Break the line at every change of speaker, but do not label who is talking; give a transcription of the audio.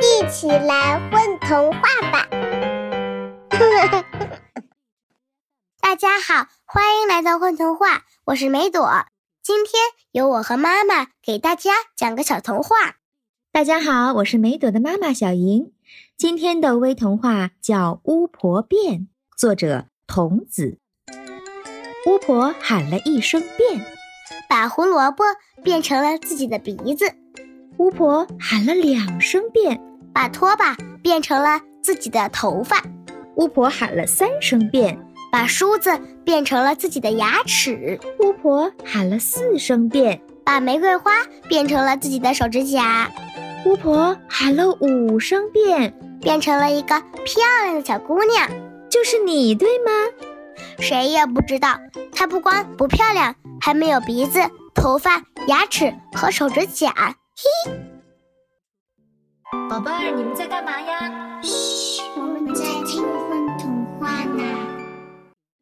一起来混童话吧！ 大家好，欢迎来到混童话，我是梅朵。今天由我和妈妈给大家讲个小童话。
大家好，我是梅朵的妈妈小莹。今天的微童话叫《巫婆变》，作者童子。巫婆喊了一声“变
把胡萝卜变成了自己的鼻子，”，
巫婆喊了两声“变
把拖把变成了自己的头发，”，
巫婆喊了三声“变
把梳子变成了自己的牙齿，”，
巫婆喊了四声“变
把玫瑰花变成了自己的手指甲，”，
巫婆喊了五声“变
变成了一个漂亮的小姑娘。”，
就是你对吗？
谁也不知道，她不光不漂亮，还没有鼻子、头发、牙齿和手指甲。
宝贝儿，你们在干嘛呀？嘘。